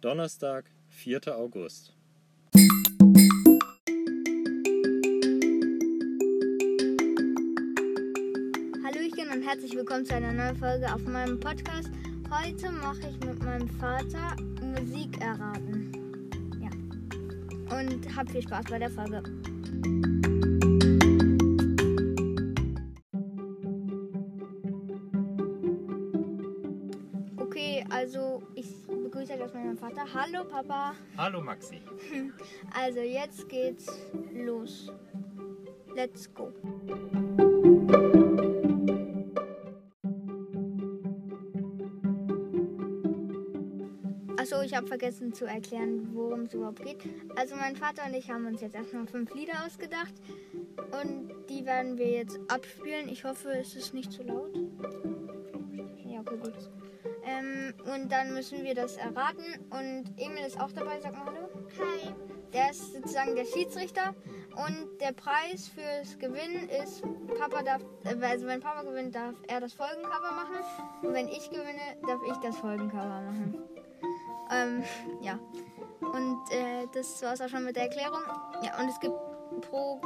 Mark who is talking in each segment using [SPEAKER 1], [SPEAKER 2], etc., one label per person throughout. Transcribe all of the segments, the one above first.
[SPEAKER 1] Donnerstag, 4. August.
[SPEAKER 2] Hallöchen und herzlich willkommen zu einer neuen Folge auf meinem Podcast. Heute mache ich mit meinem Vater Musik erraten. Ja. Und hab viel Spaß bei der Folge. Okay, also ich begrüße euch aus meinem Vater. Hallo Papa.
[SPEAKER 1] Hallo Maxi.
[SPEAKER 2] Also jetzt geht's los. Let's go. Achso, ich habe vergessen zu erklären, worum es überhaupt geht. Also mein Vater und ich haben uns jetzt erstmal fünf Lieder ausgedacht und die werden wir jetzt abspielen. Ich hoffe, es ist nicht zu laut.
[SPEAKER 1] Glaub ich nicht.
[SPEAKER 2] Ja, okay, gut.
[SPEAKER 1] Alles gut.
[SPEAKER 2] Ähm, und dann müssen wir das erraten. Und Emil ist auch dabei, sag mal hallo. Hi. Der ist sozusagen der Schiedsrichter. Und der Preis fürs Gewinnen ist, Papa darf, äh, also wenn Papa gewinnt, darf er das Folgencover machen. Und wenn ich gewinne, darf ich das Folgencover machen. Ähm, ja. Und äh, das war's auch schon mit der Erklärung. Ja, und es gibt pro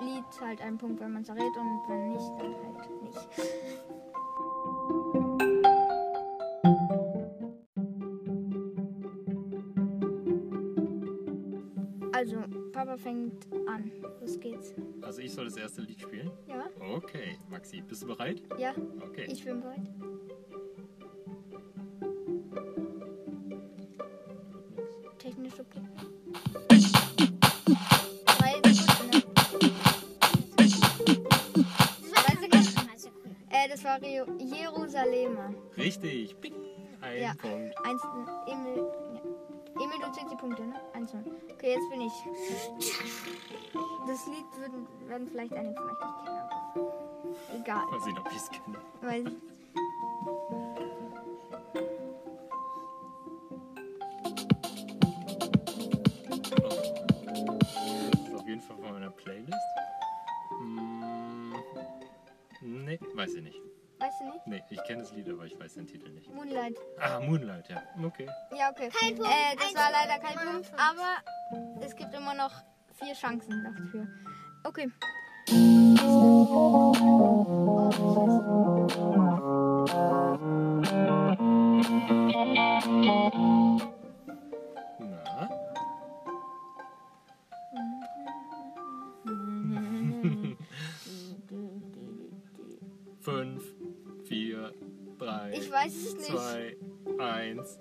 [SPEAKER 2] Lied halt einen Punkt, wenn man es errät und wenn nicht, dann halt nicht. Also, Papa fängt an. Los geht's.
[SPEAKER 1] Also ich soll das erste Lied spielen?
[SPEAKER 2] Ja?
[SPEAKER 1] Okay, Maxi, bist du bereit?
[SPEAKER 2] Ja,
[SPEAKER 1] Okay.
[SPEAKER 2] ich bin bereit. Technische Probleme. Drei Sekunden. ne? Drei Sekunden. Äh, das war Rio Jerusalemer.
[SPEAKER 1] Richtig. Ping. Ein
[SPEAKER 2] Ja.
[SPEAKER 1] Punkt.
[SPEAKER 2] Eins, äh, Emil. Ja. Emil, du zählst die Punkte, ne? Eins, null. Okay, jetzt bin ich. Das Lied würden, werden vielleicht einige von euch nicht kennen. aber Egal.
[SPEAKER 1] Mal sehen, ob ich es kenne.
[SPEAKER 2] Weil.
[SPEAKER 1] Das ist auf jeden Fall von meiner Playlist. Hm. Nee, weiß ich nicht.
[SPEAKER 2] Weißt du nicht?
[SPEAKER 1] Nee, ich kenne das Lied, aber ich weiß den Titel nicht.
[SPEAKER 2] Moonlight.
[SPEAKER 1] Ah, Moonlight, ja. Okay.
[SPEAKER 2] Ja, okay. Kein Punkt. Äh, das war leider kein Punkt, aber es gibt immer noch vier Chancen dafür. Okay.
[SPEAKER 1] Na? Fünf, vier, drei,
[SPEAKER 2] Ich weiß es nicht.
[SPEAKER 1] zwei, eins.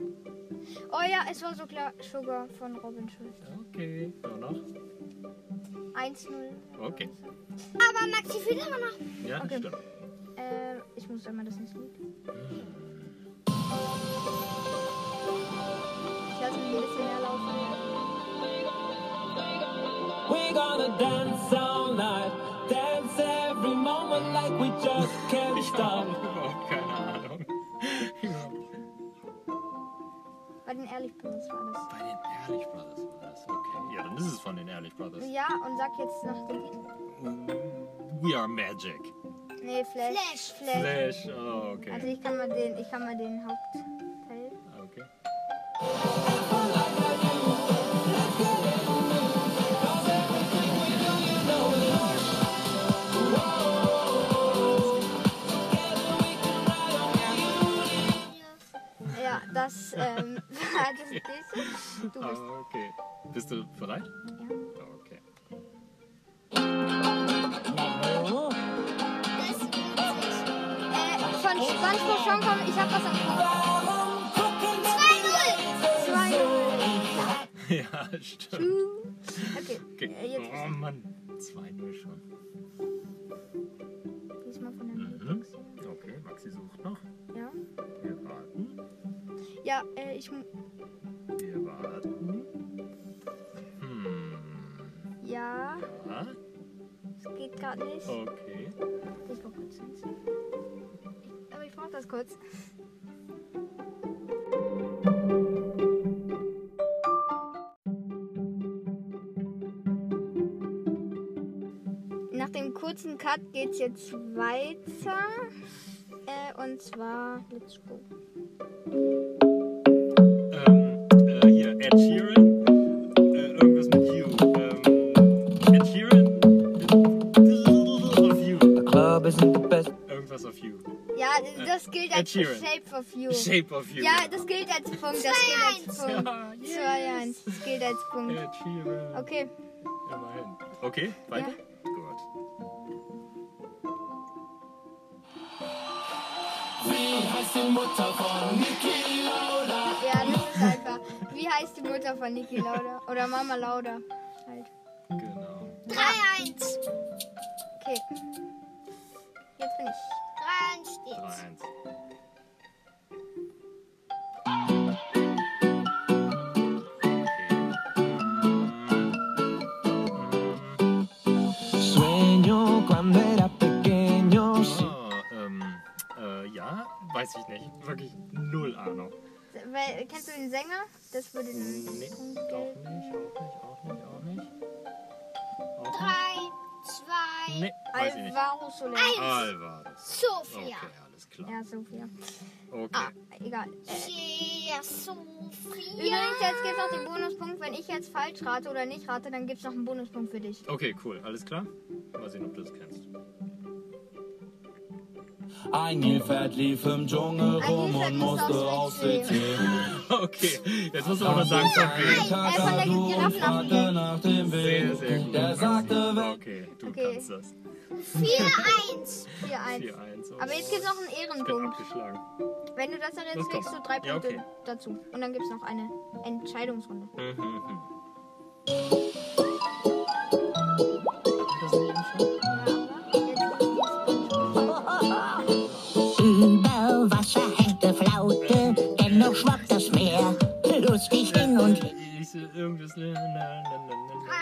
[SPEAKER 2] Oh ja, es war so klar. Sugar von Robin Schulz.
[SPEAKER 1] Okay. Nur noch?
[SPEAKER 2] 1-0.
[SPEAKER 1] Okay.
[SPEAKER 2] Aber Maxi fühlt immer noch.
[SPEAKER 1] Ja,
[SPEAKER 2] Okay.
[SPEAKER 1] stimmt.
[SPEAKER 2] Äh, ich muss einmal das nächste Lied. Ich lasse mich ein bisschen mehr laufen.
[SPEAKER 3] We're gonna dance all night, dance every moment like we just can't
[SPEAKER 1] Ich
[SPEAKER 3] stop.
[SPEAKER 1] habe überhaupt Oh, keine Ahnung.
[SPEAKER 2] Bei den Ehrlich Brothers war das.
[SPEAKER 1] Bei den Ehrlich Brothers war das. Okay. Ja, dann ist es von den Ehrlich Brothers.
[SPEAKER 2] Ja, und sag jetzt nach dem Lied.
[SPEAKER 1] We are Magic.
[SPEAKER 2] Nee, Flash. Flash.
[SPEAKER 1] Flash. Oh,
[SPEAKER 2] Also
[SPEAKER 1] okay.
[SPEAKER 2] ich kann mal den, ich kann mal den Hauptteil.
[SPEAKER 1] Okay.
[SPEAKER 2] Ja, das ähm, war das nächste. Du bist.
[SPEAKER 1] Ah, okay. Bist du bereit? Ja. Okay.
[SPEAKER 2] Äh, von SpongeBob schon kommen. Ich hab was am Kopf. 2-0.
[SPEAKER 1] ja, stimmt.
[SPEAKER 2] 2-0. Okay.
[SPEAKER 1] Okay.
[SPEAKER 2] Äh, jetzt
[SPEAKER 1] oh Mann. 2-0 schon.
[SPEAKER 2] diesmal von der
[SPEAKER 1] Mhm.
[SPEAKER 2] Netflix.
[SPEAKER 1] Okay, Maxi sucht noch.
[SPEAKER 2] Ja.
[SPEAKER 1] Wir warten.
[SPEAKER 2] Ja, äh, ich. mu-
[SPEAKER 1] Wir warten. Hm.
[SPEAKER 2] Ja,
[SPEAKER 1] Ja.
[SPEAKER 2] es geht gerade nicht.
[SPEAKER 1] Okay.
[SPEAKER 2] Ich brauch kurz eins. Ich- Aber ich brauch das kurz. Nach dem kurzen Cut geht's jetzt weiter. Äh, und zwar, let's go.
[SPEAKER 1] Ähm, äh, Ähm, Äh, Ed Sheeran.
[SPEAKER 2] Shape of You.
[SPEAKER 1] Shape of You.
[SPEAKER 2] Ja, das gilt als Punkt. Das gilt als Punkt.
[SPEAKER 1] Ja, yes.
[SPEAKER 2] 2-1. Das gilt als Punkt.
[SPEAKER 1] Ed Sheeran.
[SPEAKER 2] Okay.
[SPEAKER 1] Immerhin. Okay, weiter? Gut.
[SPEAKER 3] Wie heißt die Mutter von Niki Lauda?
[SPEAKER 2] Ja, das ist einfach. Wie heißt die Mutter von Niki Lauda? Oder Mama Lauda? Halt.
[SPEAKER 1] Genau.
[SPEAKER 4] 3-1.
[SPEAKER 2] Okay. Jetzt bin ich.
[SPEAKER 4] 3-1 steht's.
[SPEAKER 1] 3-1.
[SPEAKER 3] Sueño cuando era pequeño.
[SPEAKER 1] Ah, ähm, äh, ja, weiß ich nicht. Wirklich null Ahnung.
[SPEAKER 2] Weil, kennst du den Sänger? Das würde nämlich
[SPEAKER 1] Nee,
[SPEAKER 2] Punkt
[SPEAKER 1] auch
[SPEAKER 2] gelten.
[SPEAKER 1] nicht, auch nicht, auch nicht, auch nicht. Auch
[SPEAKER 4] 3, 2,
[SPEAKER 1] nicht. Nee, weiß ich nicht.
[SPEAKER 2] Alvaro Soler.
[SPEAKER 1] Alvarez.
[SPEAKER 4] Sophia.
[SPEAKER 1] Okay, alles klar.
[SPEAKER 2] Ja, Sophia. Ah,
[SPEAKER 1] Okay.
[SPEAKER 2] egal. Äh,
[SPEAKER 4] Ja, Sophia.
[SPEAKER 2] Übrigens, jetzt gibt es noch den Bonuspunkt. Wenn ich jetzt falsch rate oder nicht rate, dann gibt es noch einen Bonuspunkt für dich.
[SPEAKER 1] Okay, cool. Alles klar? Mal sehen, ob du das kennst.
[SPEAKER 3] Ein Nilpferd lief im Dschungel
[SPEAKER 2] Ein
[SPEAKER 3] rum
[SPEAKER 2] Nilpferd
[SPEAKER 3] und
[SPEAKER 2] muss
[SPEAKER 3] musste
[SPEAKER 2] aufs
[SPEAKER 3] aufs
[SPEAKER 2] WC.
[SPEAKER 3] WC.
[SPEAKER 1] Okay, jetzt musst du auch noch sagen, von wem.
[SPEAKER 2] er von der
[SPEAKER 3] Kakadu und
[SPEAKER 2] Giraffe
[SPEAKER 3] fragte nach dem
[SPEAKER 1] Sehr, sehr
[SPEAKER 3] Weg.
[SPEAKER 1] gut.
[SPEAKER 3] Der sagte, wenn
[SPEAKER 1] Okay, du
[SPEAKER 2] Okay.
[SPEAKER 1] kannst das.
[SPEAKER 4] 4, 1.
[SPEAKER 2] 4-1.
[SPEAKER 1] 4-1. Oh,
[SPEAKER 2] Aber jetzt gibt es noch einen
[SPEAKER 1] ich bin
[SPEAKER 2] Ehrenpunkt.
[SPEAKER 1] abgeschlagen.
[SPEAKER 2] Wenn du das
[SPEAKER 1] Das
[SPEAKER 2] errätst,
[SPEAKER 1] kommt.
[SPEAKER 2] kriegst du drei
[SPEAKER 1] Genau. Ja,
[SPEAKER 2] Punkte
[SPEAKER 1] okay.
[SPEAKER 2] dazu. Und dann gibt es noch eine Entscheidungsrunde.
[SPEAKER 1] Mhm, mhm. Das ist nicht im Schrank.
[SPEAKER 5] Über Wasser hängt die Flaute, dennoch schwappt das Meer lustig hin und her.
[SPEAKER 1] Ich sehe irgendwas. ne, Na, na, na, na, na.
[SPEAKER 4] 3,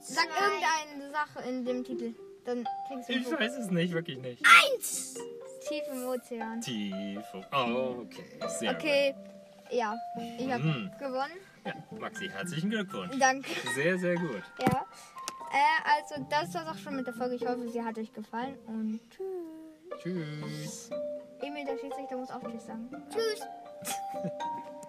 [SPEAKER 2] Sag irgendeine Sache in dem Titel. Dann kriegst du einen
[SPEAKER 1] Ich
[SPEAKER 2] Punkt.
[SPEAKER 1] weiß es nicht, wirklich nicht.
[SPEAKER 4] 1.
[SPEAKER 2] Tief im Ozean.
[SPEAKER 1] Tief. Oh, okay. Sehr
[SPEAKER 2] Okay, ja. Ich habe
[SPEAKER 1] Mhm.
[SPEAKER 2] gewonnen.
[SPEAKER 1] gut. Ja, Maxi, herzlichen Glückwunsch.
[SPEAKER 2] Danke.
[SPEAKER 1] Sehr, sehr gut.
[SPEAKER 2] Ja. Äh, also das war's auch schon mit der Folge. Ich hoffe, sie hat euch gefallen. Und tschüss.
[SPEAKER 1] Tschüss.
[SPEAKER 2] Emil, der Schiedsrichter muss auch Tschüss sagen.
[SPEAKER 4] Tschüss.